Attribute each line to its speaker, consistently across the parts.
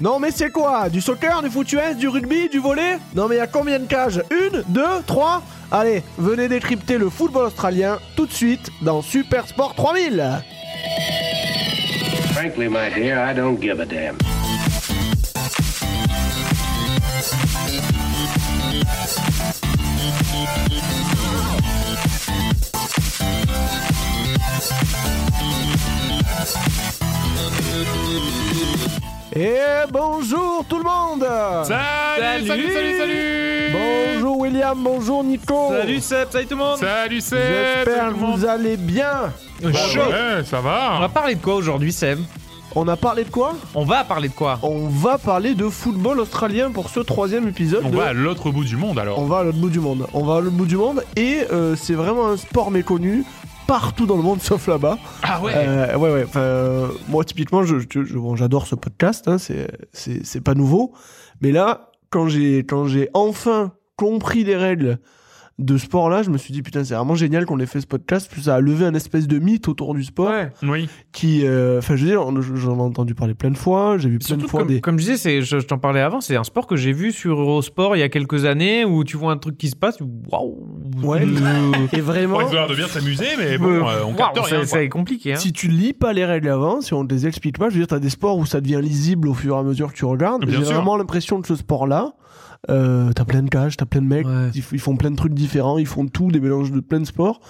Speaker 1: Non mais c'est quoi Du soccer, du foot US, du rugby, du volley Non mais il y a combien de cages Une, deux, trois Allez, venez décrypter le football australien tout de suite dans Super Sport 3000
Speaker 2: Frankly, my dear, I don't give a damn.
Speaker 1: Et bonjour tout le monde
Speaker 3: Salut, salut, salut, salut
Speaker 1: Bonjour William, bonjour Nico
Speaker 4: Salut Seb, salut tout le monde
Speaker 3: Salut, Seb
Speaker 1: J'espère que
Speaker 3: tout le monde.
Speaker 1: vous allez bien
Speaker 3: Bah
Speaker 4: Chaud.
Speaker 3: ouais, ça
Speaker 4: On va
Speaker 3: va
Speaker 4: parler de quoi aujourd'hui Seb
Speaker 1: On a parlé de quoi
Speaker 4: On va parler de quoi
Speaker 1: On va parler de football australien pour ce troisième épisode
Speaker 3: On
Speaker 1: de-
Speaker 3: va à l'autre bout du monde alors.
Speaker 1: On va à l'autre bout du monde. On va à l'autre bout du monde et euh, c'est vraiment un sport méconnu partout dans le monde sauf là-bas.
Speaker 3: Ah
Speaker 1: Euh, ouais, ouais. Enfin, euh, moi, typiquement, je, je- je- bon, j'adore ce podcast, hein, c'est, c'est, c'est pas nouveau. Mais là, quand j'ai, quand j'ai enfin compris les règles de ce sport-là, je me suis dit, putain, c'est vraiment génial qu'on ait fait ce podcast. Puis ça a levé un espèce de mythe autour du sport
Speaker 3: Oui.
Speaker 1: qui, euh, enfin, je veux dire, on- j'en ai entendu parler plein de fois, j'ai vu plein
Speaker 4: Surtout
Speaker 1: de fois
Speaker 4: comme,
Speaker 1: des.
Speaker 4: comme je disais, c'est- je, je t'en parlais avant, c'est un sport que j'ai vu sur Eurosport il y a quelques années où tu vois un truc qui se passe, waouh
Speaker 1: Ouais.
Speaker 4: Euh,
Speaker 1: Et
Speaker 3: On
Speaker 1: vraiment.
Speaker 3: va devoir de bien s'amuser, mais bon,
Speaker 4: Euh,
Speaker 3: euh, on
Speaker 4: waouh,
Speaker 3: capte rien.
Speaker 4: c'est-
Speaker 3: quoi.
Speaker 4: C'est compliqué. Hein.
Speaker 1: Si tu lis pas les règles avant, si on te les explique pas, je veux dire, t'as des sports où ça devient lisible au fur et à mesure que tu regardes.
Speaker 3: Bien
Speaker 1: J'ai
Speaker 3: sûr.
Speaker 1: vraiment l'impression de ce sport-là. Euh, t'as plein de cages, t'as plein de mecs,
Speaker 4: Ouais.
Speaker 1: ils, f- ils font plein de trucs différents, ils font tout, des mélanges de plein de sports.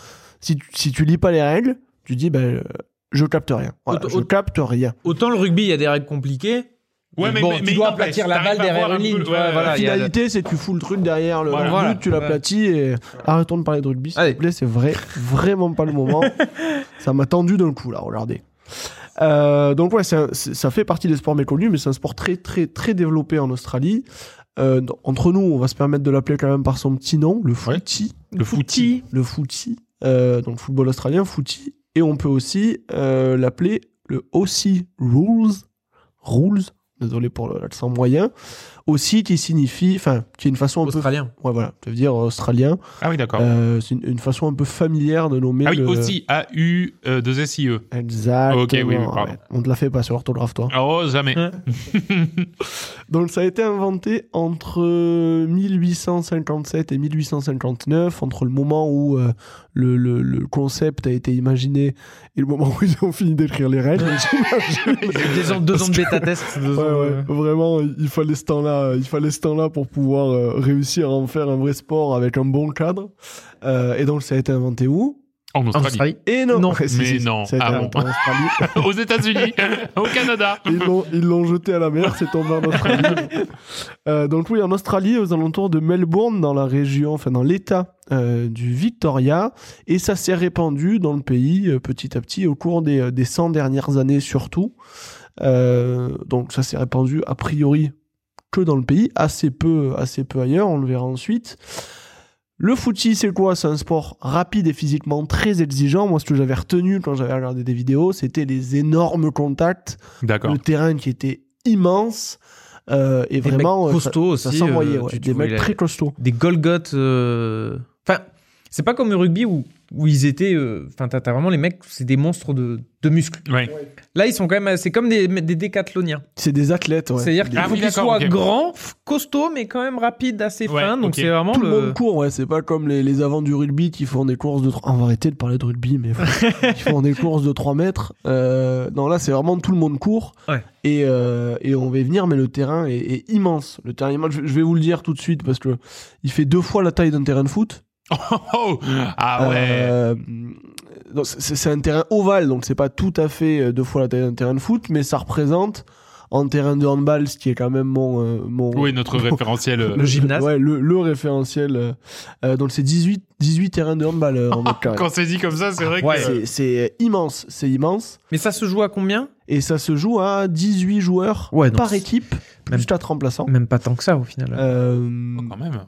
Speaker 1: Si tu, si tu lis pas les règles, tu dis, ben, euh, je capte rien. Voilà,
Speaker 4: Auto-
Speaker 1: je
Speaker 4: auto-
Speaker 1: capte rien.
Speaker 4: Autant le rugby, il y a des règles compliquées.
Speaker 3: Ouais, mais,
Speaker 4: Bon,
Speaker 3: mais-
Speaker 4: tu
Speaker 3: mais il
Speaker 4: dois
Speaker 3: n'empêche,
Speaker 4: aplatir la
Speaker 3: t'arrives
Speaker 4: balle
Speaker 3: à
Speaker 4: derrière
Speaker 3: voir
Speaker 4: une
Speaker 3: un
Speaker 4: ligne,
Speaker 3: peu-
Speaker 4: tu vois, voilà.
Speaker 1: La
Speaker 4: il y a-
Speaker 1: finalité, c'est tu fous le truc derrière le
Speaker 3: Voilà.
Speaker 1: but,
Speaker 4: Voilà.
Speaker 1: tu l'aplatis et arrêtons de parler de rugby, s'il
Speaker 4: Allez.
Speaker 1: vous plaît, c'est vrai, vraiment pas le moment. ça m'a tendu d'un coup là, regardez. Euh, donc ouais, c'est un- c'est- ça fait partie des sports méconnus, mais c'est un sport très très très développé en Australie. Euh, dans- entre nous, on va se permettre de l'appeler quand même par son petit nom, le footy.
Speaker 3: Le footy.
Speaker 1: Le footy, euh, donc football australien, footy. Et on peut aussi euh, l'appeler le OC Rules. Rules, désolé pour le- l'accent moyen. OC qui signifie, enfin, qui est une façon un peu...
Speaker 4: Australien.
Speaker 1: Ouais, voilà, ça veut dire australien.
Speaker 3: Ah oui, d'accord.
Speaker 1: Euh, c'est une, une façon un peu familière de nommer
Speaker 3: ah oui,
Speaker 1: le-
Speaker 3: aussi, E, A-U-2-S-I-E.
Speaker 1: Exactement.
Speaker 3: Ok, oui, oui, pardon.
Speaker 1: ouais. On te la fait pas sur l'orthographe, toi.
Speaker 3: Oh, jamais.
Speaker 1: Donc, ça a été inventé entre 1857 et 1859, entre le moment où euh, le, le- le concept a été imaginé et le moment où ils ont fini d'écrire les règles.
Speaker 4: Deux ans, deux ans de bêta test. deux ans
Speaker 1: Ouais, ouais.
Speaker 4: de-
Speaker 1: Vraiment, il fallait ce temps-là, euh, il fallait ce temps-là pour pouvoir euh, réussir à en faire un vrai sport avec un bon cadre. Euh, et donc, ça a été inventé où
Speaker 3: En
Speaker 4: En
Speaker 3: Australie.
Speaker 4: Australie.
Speaker 1: Et non,
Speaker 4: Non.
Speaker 1: Si, si,
Speaker 3: Mais
Speaker 1: si,
Speaker 3: non.
Speaker 1: ça a été
Speaker 3: Ah bon.
Speaker 1: inventé en Australie.
Speaker 3: Aux États-Unis. Au Canada.
Speaker 1: Ils l'ont- ils l'ont jeté à la mer, c'est tombé en Australie. Euh, donc oui, en Australie, aux alentours de Melbourne, dans la région, enfin dans l'État euh, du Victoria, et ça s'est répandu dans le pays euh, petit à petit au cours des, euh, des 100 dernières années surtout. Euh, donc ça s'est répandu a priori que dans le pays, assez peu, assez peu ailleurs, on le verra ensuite. Le footy, c'est quoi C'est un sport rapide et physiquement très exigeant. Moi, ce que j'avais retenu quand j'avais regardé des vidéos, c'était les énormes contacts
Speaker 3: D'accord.
Speaker 1: le terrain qui était immense euh, et
Speaker 4: Des
Speaker 1: vraiment
Speaker 4: mecs
Speaker 1: euh,
Speaker 4: costauds
Speaker 1: ça,
Speaker 4: aussi.
Speaker 1: ça s'envoyait
Speaker 4: euh,
Speaker 1: ouais,
Speaker 4: tu- tu
Speaker 1: des
Speaker 4: voyais
Speaker 1: mecs
Speaker 4: la-
Speaker 1: très costauds
Speaker 4: des Golgoth. euh, Enfin, c'est pas comme le rugby où, où ils étaient. euh, Enfin, t'as t'as vraiment les mecs, c'est des monstres de, de muscles.
Speaker 3: Ouais.
Speaker 4: Là, ils sont quand même. euh, C'est comme des, des décathloniens.
Speaker 1: c'est des athlètes ouais.
Speaker 4: C'est-à-dire qu'il
Speaker 3: Ah
Speaker 4: faut
Speaker 3: oui,
Speaker 4: qu'ils
Speaker 3: d'accord,
Speaker 4: soient
Speaker 3: ok.
Speaker 4: grands, f- costauds, mais quand même rapides, assez
Speaker 3: Ouais,
Speaker 4: fins. Donc,
Speaker 3: ok.
Speaker 4: c'est vraiment
Speaker 1: tout le
Speaker 4: le.
Speaker 1: monde court ouais c'est pas comme les, les avants du rugby qui font des courses de tro- on va arrêter de parler de rugby mais qui font des courses de 3 mètres Euh, non là c'est vraiment tout le monde court
Speaker 4: Ouais.
Speaker 1: et, euh, et on va y venir mais le terrain est, est immense le terrain est immense. je, je vais vous le dire tout de suite parce que il fait deux fois la taille d'un terrain de foot
Speaker 3: Oh, ah ouais.
Speaker 1: Euh, donc, c'est c'est un terrain ovale, donc c'est pas tout à fait euh, deux fois la taille d'un terrain de foot, mais ça représente en terrain de handball, ce qui est quand même mon. euh, mon
Speaker 3: Oui, notre référentiel. euh,
Speaker 4: Le gymnase.
Speaker 1: Ouais, le, le référentiel. euh, euh, donc c'est 18, 18 terrains de handball euh, en mètre carré.
Speaker 3: Quand c'est dit comme ça, c'est vrai
Speaker 4: Ouais.
Speaker 1: C'est-
Speaker 3: que.
Speaker 1: C'est immense, c'est immense.
Speaker 4: Mais ça se joue à combien
Speaker 1: Et ça se joue à 18 joueurs
Speaker 4: Ouais, donc
Speaker 1: par
Speaker 4: c'est-
Speaker 1: équipe, plus
Speaker 4: même-
Speaker 1: 4 remplaçants.
Speaker 4: Même pas tant que ça, au final.
Speaker 1: Euh, bah
Speaker 3: Oh, Quand même.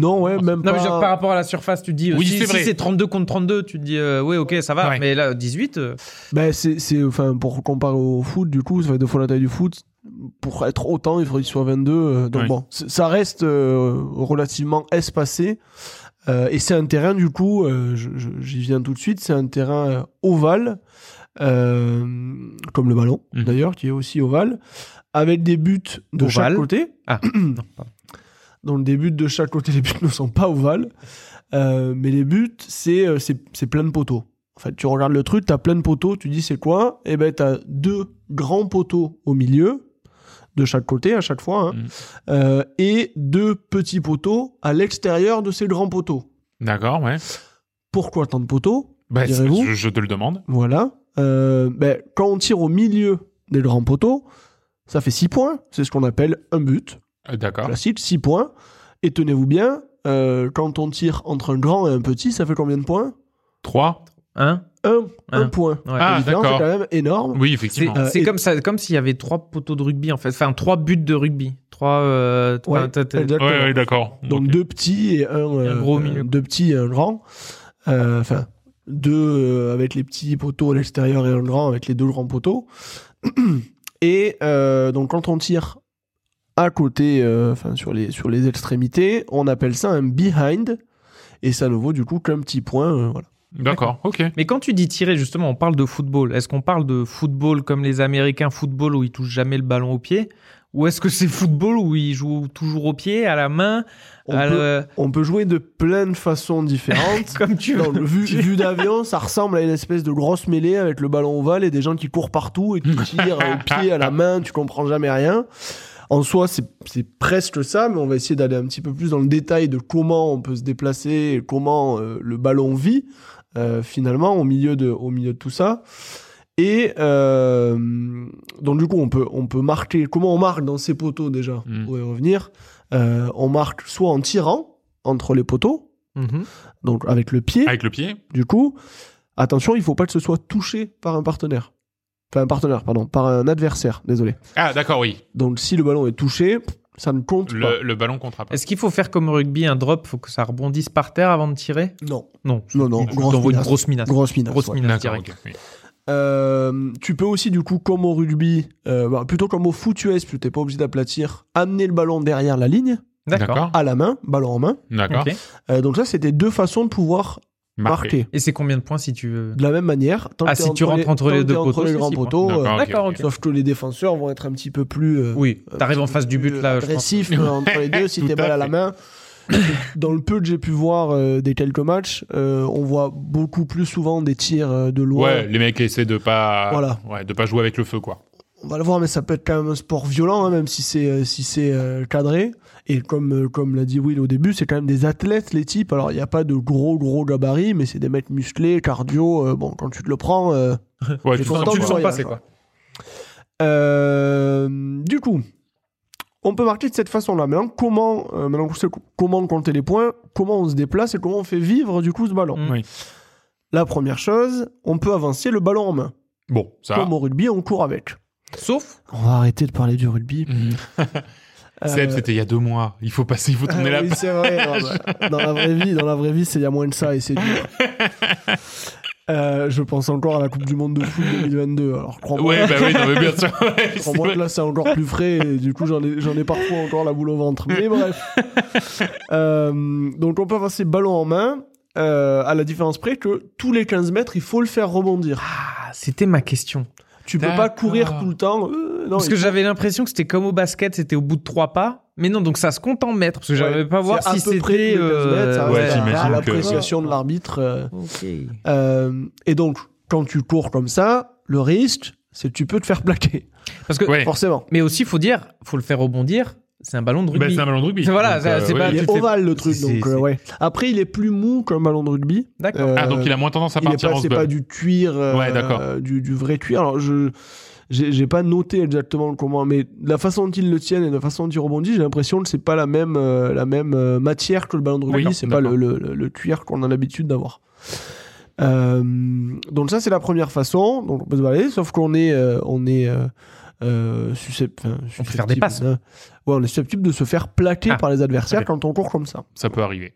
Speaker 1: non, ouais, même
Speaker 4: non,
Speaker 1: pas.
Speaker 4: mais je veux dire, par rapport à la surface, tu te dis. euh,
Speaker 3: Oui,
Speaker 4: si
Speaker 3: c'est
Speaker 4: si
Speaker 3: vrai.
Speaker 4: c'est 32 contre 32, tu te dis, euh, ouais, ok, ça va.
Speaker 3: Ouais.
Speaker 4: Mais là, 18. euh,
Speaker 1: Ben, c'est, c'est, enfin, pour comparer au foot, du coup, ça fait deux fois la taille du foot. Pour être autant, il faudrait qu'il soit 22. euh, donc
Speaker 3: Oui.
Speaker 1: bon, c- ça reste euh, relativement espacé. Euh, et c'est un terrain, du coup, euh, je- je- j'y viens tout de suite, c'est un terrain euh, ovale, euh, comme le ballon,
Speaker 3: Mhm.
Speaker 1: d'ailleurs, qui est aussi ovale. avec des buts de chaque
Speaker 4: Ovales.
Speaker 1: côté.
Speaker 4: Ah,
Speaker 1: Hmm.
Speaker 4: non, pardon.
Speaker 1: Donc le début de chaque côté, les buts ne sont pas ovales. Euh, mais les buts, c'est, euh, c'est, c'est plein de poteaux. En fait, tu regardes le truc, t'as plein de poteaux, tu dis c'est quoi Et ben t'as deux grands poteaux au milieu, de chaque côté à chaque fois, hein.
Speaker 3: Mm.
Speaker 1: Euh, et deux petits poteaux à l'extérieur de ces grands poteaux.
Speaker 3: D'accord, ouais.
Speaker 1: Pourquoi tant de poteaux
Speaker 3: Bah, c'est-
Speaker 1: Direz-vous
Speaker 3: je, je te le demande.
Speaker 1: Voilà. Euh, ben, quand on tire au milieu des grands poteaux, ça fait 6 points. C'est ce qu'on appelle un but.
Speaker 3: Euh, D'accord.
Speaker 1: classique, 6 points. Et tenez-vous bien, euh, quand on tire entre un grand et un petit, ça fait combien de points
Speaker 3: 3
Speaker 4: Hein
Speaker 1: un, un
Speaker 4: Ouais.
Speaker 1: point.
Speaker 4: Ouais.
Speaker 3: Ah,
Speaker 1: La différence
Speaker 3: d'accord.
Speaker 1: est quand même énorme.
Speaker 3: Oui,
Speaker 4: C'est
Speaker 3: effectivement.
Speaker 1: Euh,
Speaker 4: c'est
Speaker 1: et-
Speaker 4: comme ça, comme s'il y avait trois poteaux de rugby en fait, enfin trois buts de rugby, trois. euh,
Speaker 1: Ouais,
Speaker 4: enfin, t'as- t'as-
Speaker 1: exactement.
Speaker 3: Ouais, ouais, d'accord.
Speaker 1: Donc
Speaker 3: Ok.
Speaker 1: deux petits et un, euh,
Speaker 4: gros au
Speaker 1: euh,
Speaker 4: milieu, quoi.
Speaker 1: deux petits et un grand. Euh, Enfin, deux euh, avec les petits poteaux à l'extérieur et un grand avec les deux grands poteaux. Et euh, donc quand on tire à côté, euh, enfin sur les sur les extrémités, on appelle ça un behind. Et ça ne vaut du coup qu'un petit point. euh, voilà.
Speaker 3: D'accord, ok.
Speaker 4: Mais quand tu dis tirer, justement, on parle de football. Est-ce qu'on parle de football comme les Américains football où ils touchent jamais le ballon au pied Ou est-ce que c'est football où ils jouent toujours au pied, à la main,
Speaker 1: On,
Speaker 4: à
Speaker 1: peut,
Speaker 4: le-
Speaker 1: on peut jouer de plein de façons différentes.
Speaker 4: comme tu veux
Speaker 1: Non, le vu,
Speaker 4: Tu-
Speaker 1: vu d'avion, ça ressemble à une espèce de grosse mêlée avec le ballon ovale et des gens qui courent partout et qui tirent au pied, à la main, tu comprends jamais rien. En soi, c'est c'est presque ça, mais on va essayer d'aller un petit peu plus dans le détail de comment on peut se déplacer et comment euh, le ballon vit, euh, finalement, au milieu, de, au milieu de tout ça. Et euh, donc, du coup, on peut, on peut marquer. Comment on marque dans ces poteaux déjà
Speaker 3: Mm.
Speaker 1: On va y revenir. Euh, on marque soit en tirant entre les poteaux,
Speaker 4: Mhm.
Speaker 1: donc avec le pied.
Speaker 3: Avec le pied
Speaker 1: Du coup, attention, il faut pas que ce soit touché par un partenaire. Enfin, un partenaire, pardon, par un adversaire, désolé.
Speaker 3: Ah, d'accord, oui.
Speaker 1: Donc, si le ballon est touché, ça ne compte pas.
Speaker 3: Le, le ballon contre après.
Speaker 4: Est-ce qu'il faut faire comme au rugby un drop Faut que ça rebondisse par terre avant de tirer
Speaker 1: Non,
Speaker 4: Non.
Speaker 1: non, non.
Speaker 4: Tu
Speaker 1: Grosse
Speaker 4: t'envoies une
Speaker 1: minace.
Speaker 4: grosse minace.
Speaker 1: Grosse minace,
Speaker 4: Grosse
Speaker 1: ouais.
Speaker 4: minace
Speaker 3: D'accord,
Speaker 4: direct.
Speaker 3: ok. oui.
Speaker 1: Euh, tu peux aussi, du coup, comme au rugby, euh, bah, plutôt comme au foot US, tu n'es pas obligé d'aplatir, amener le ballon derrière la ligne,
Speaker 4: D'accord.
Speaker 3: D'accord.
Speaker 1: à la main, ballon en main.
Speaker 3: D'accord.
Speaker 4: Ok.
Speaker 1: Euh, donc, ça, c'était deux façons de pouvoir
Speaker 3: Marqué.
Speaker 1: marquer.
Speaker 4: Et c'est combien de points si tu veux
Speaker 1: De la même manière, tant
Speaker 4: Ah,
Speaker 1: que t'es
Speaker 4: si tu rentres entre
Speaker 1: tant
Speaker 4: les
Speaker 1: que
Speaker 4: deux
Speaker 1: t'es
Speaker 4: poteaux,
Speaker 1: les
Speaker 4: c'est
Speaker 1: grands
Speaker 4: six points.
Speaker 1: poteaux, euh,
Speaker 3: D'accord, ok,
Speaker 4: D'accord,
Speaker 3: ok.
Speaker 4: ok.
Speaker 1: sauf que les défenseurs vont être un petit peu plus. euh,
Speaker 4: Oui,
Speaker 1: Euh,
Speaker 4: t'arrives en face du but
Speaker 1: plus
Speaker 4: là, je pense.
Speaker 1: Agressif euh, entre les deux, si
Speaker 3: Tout
Speaker 1: t'es
Speaker 3: à
Speaker 1: mal à la
Speaker 3: fait.
Speaker 1: main. Dans le peu que j'ai pu voir euh, des quelques matchs, euh, on voit beaucoup plus souvent des tirs euh, de loin.
Speaker 3: Ouais, les mecs essaient de pas,
Speaker 1: Voilà.
Speaker 3: ouais, de pas jouer avec le feu, quoi.
Speaker 1: On va le voir, mais ça peut être quand même un sport violent, hein, même si c'est euh, si c'est euh, cadré. Et comme euh, comme l'a dit Will au début, c'est quand même des athlètes les types. Alors il n'y a pas de gros gros gabarits, mais c'est des mecs musclés, cardio. euh, bon, quand tu te le prends. euh,
Speaker 3: Ouais,
Speaker 1: J'ai
Speaker 3: tu
Speaker 1: pas
Speaker 3: sens
Speaker 1: entendu
Speaker 3: que
Speaker 4: Tu
Speaker 3: tu
Speaker 4: le
Speaker 1: ça.
Speaker 3: vois.
Speaker 4: sens
Speaker 1: voyage,
Speaker 4: passer quoi.
Speaker 1: Euh, du coup, on peut marquer de cette façon-là. Maintenant, comment, euh, maintenant qu'on sait co- comment compter les points, comment on se déplace et comment on fait vivre du coup ce ballon.
Speaker 4: Mm.
Speaker 3: Oui.
Speaker 1: La première chose, on peut avancer le ballon en main.
Speaker 3: Bon, ça.
Speaker 1: Comme au rugby, on court avec.
Speaker 4: Sauf
Speaker 1: On va arrêter de parler du rugby.
Speaker 3: Mhm. Seb,
Speaker 1: Euh,
Speaker 3: c'était il y a deux mois. Il faut passer, il faut tourner
Speaker 1: ah
Speaker 3: la
Speaker 1: oui, c'est vrai. non, bah, dans la vraie vie, dans la vraie vie, c'est il y a moins de ça et c'est dur. Euh, je pense encore à la Coupe du Monde de foot 2022. Alors crois-moi,
Speaker 3: Ouais, bah oui, non, mais bien sûr. ouais,
Speaker 1: Pour
Speaker 3: c'est
Speaker 1: moi,
Speaker 3: vrai.
Speaker 1: là, c'est encore plus frais. Et du coup, j'en ai, j'en ai parfois encore la boule au ventre. Mais bref. Euh, donc, on peut avancer ballon en main. euh, à la différence près que tous les 15 mètres, il faut le faire rebondir.
Speaker 4: Ah, c'était ma question.
Speaker 1: Tu peux pas
Speaker 3: D'accord.
Speaker 1: courir tout le temps. Euh, non,
Speaker 4: Parce que
Speaker 1: il-
Speaker 4: j'avais l'impression que c'était comme au basket, c'était au bout de trois pas. Mais non, donc ça se compte en mètres. Parce que j'avais
Speaker 1: ouais,
Speaker 4: pas voir
Speaker 1: c'est à
Speaker 4: si
Speaker 1: peu près
Speaker 4: c'était.
Speaker 1: tous les 15 mètres, ça
Speaker 4: euh,
Speaker 3: ouais,
Speaker 1: reste à- à
Speaker 3: j'imagine que-
Speaker 1: l'appréciation de l'arbitre. euh.
Speaker 4: Ok.
Speaker 1: Euh, et donc, quand tu cours comme ça, le risque, c'est que tu peux te faire plaquer.
Speaker 4: Parce que,
Speaker 3: Ouais.
Speaker 1: Forcément.
Speaker 4: mais aussi, faut dire, faut le faire rebondir. C'est un ballon de
Speaker 3: Bah,
Speaker 4: rugby.
Speaker 1: Ben,
Speaker 3: c'est un ballon de rugby.
Speaker 4: Voilà,
Speaker 3: Donc, euh,
Speaker 4: ça, c'est pas-
Speaker 1: Il
Speaker 4: tu
Speaker 1: est
Speaker 4: t'es-
Speaker 1: ovale le truc,
Speaker 4: c'est-
Speaker 1: donc euh,
Speaker 4: c'est-
Speaker 1: ouais. Après, il est plus mou qu'un ballon de rugby.
Speaker 4: D'accord.
Speaker 1: Euh,
Speaker 3: Ah, donc il a moins tendance à
Speaker 1: Il est
Speaker 3: partir
Speaker 1: pas,
Speaker 3: en
Speaker 1: c'est
Speaker 3: sub.
Speaker 1: pas du cuir, euh,
Speaker 3: Ouais, d'accord.
Speaker 1: du, du vrai cuir. Alors, je j'ai j'ai pas noté exactement comment, mais la façon dont ils le tiennent et la façon dont ils rebondissent, j'ai l'impression que c'est pas la même, euh, la même euh, matière que le ballon de rugby.
Speaker 3: D'accord,
Speaker 1: C'est pas le,
Speaker 3: d'accord.
Speaker 1: le- le- le cuir qu'on a l'habitude d'avoir. Euh, donc ça c'est la première façon. Donc on peut se balader, sauf qu'on est, euh, on est euh, euh, suscept- enfin,
Speaker 4: On peut faire des
Speaker 1: susceptible,
Speaker 4: passes.
Speaker 1: hein. Ouais, on est susceptible de se faire plaquer
Speaker 4: Ah,
Speaker 1: par les adversaires
Speaker 3: ok.
Speaker 1: quand on court comme ça.
Speaker 3: Ça peut arriver.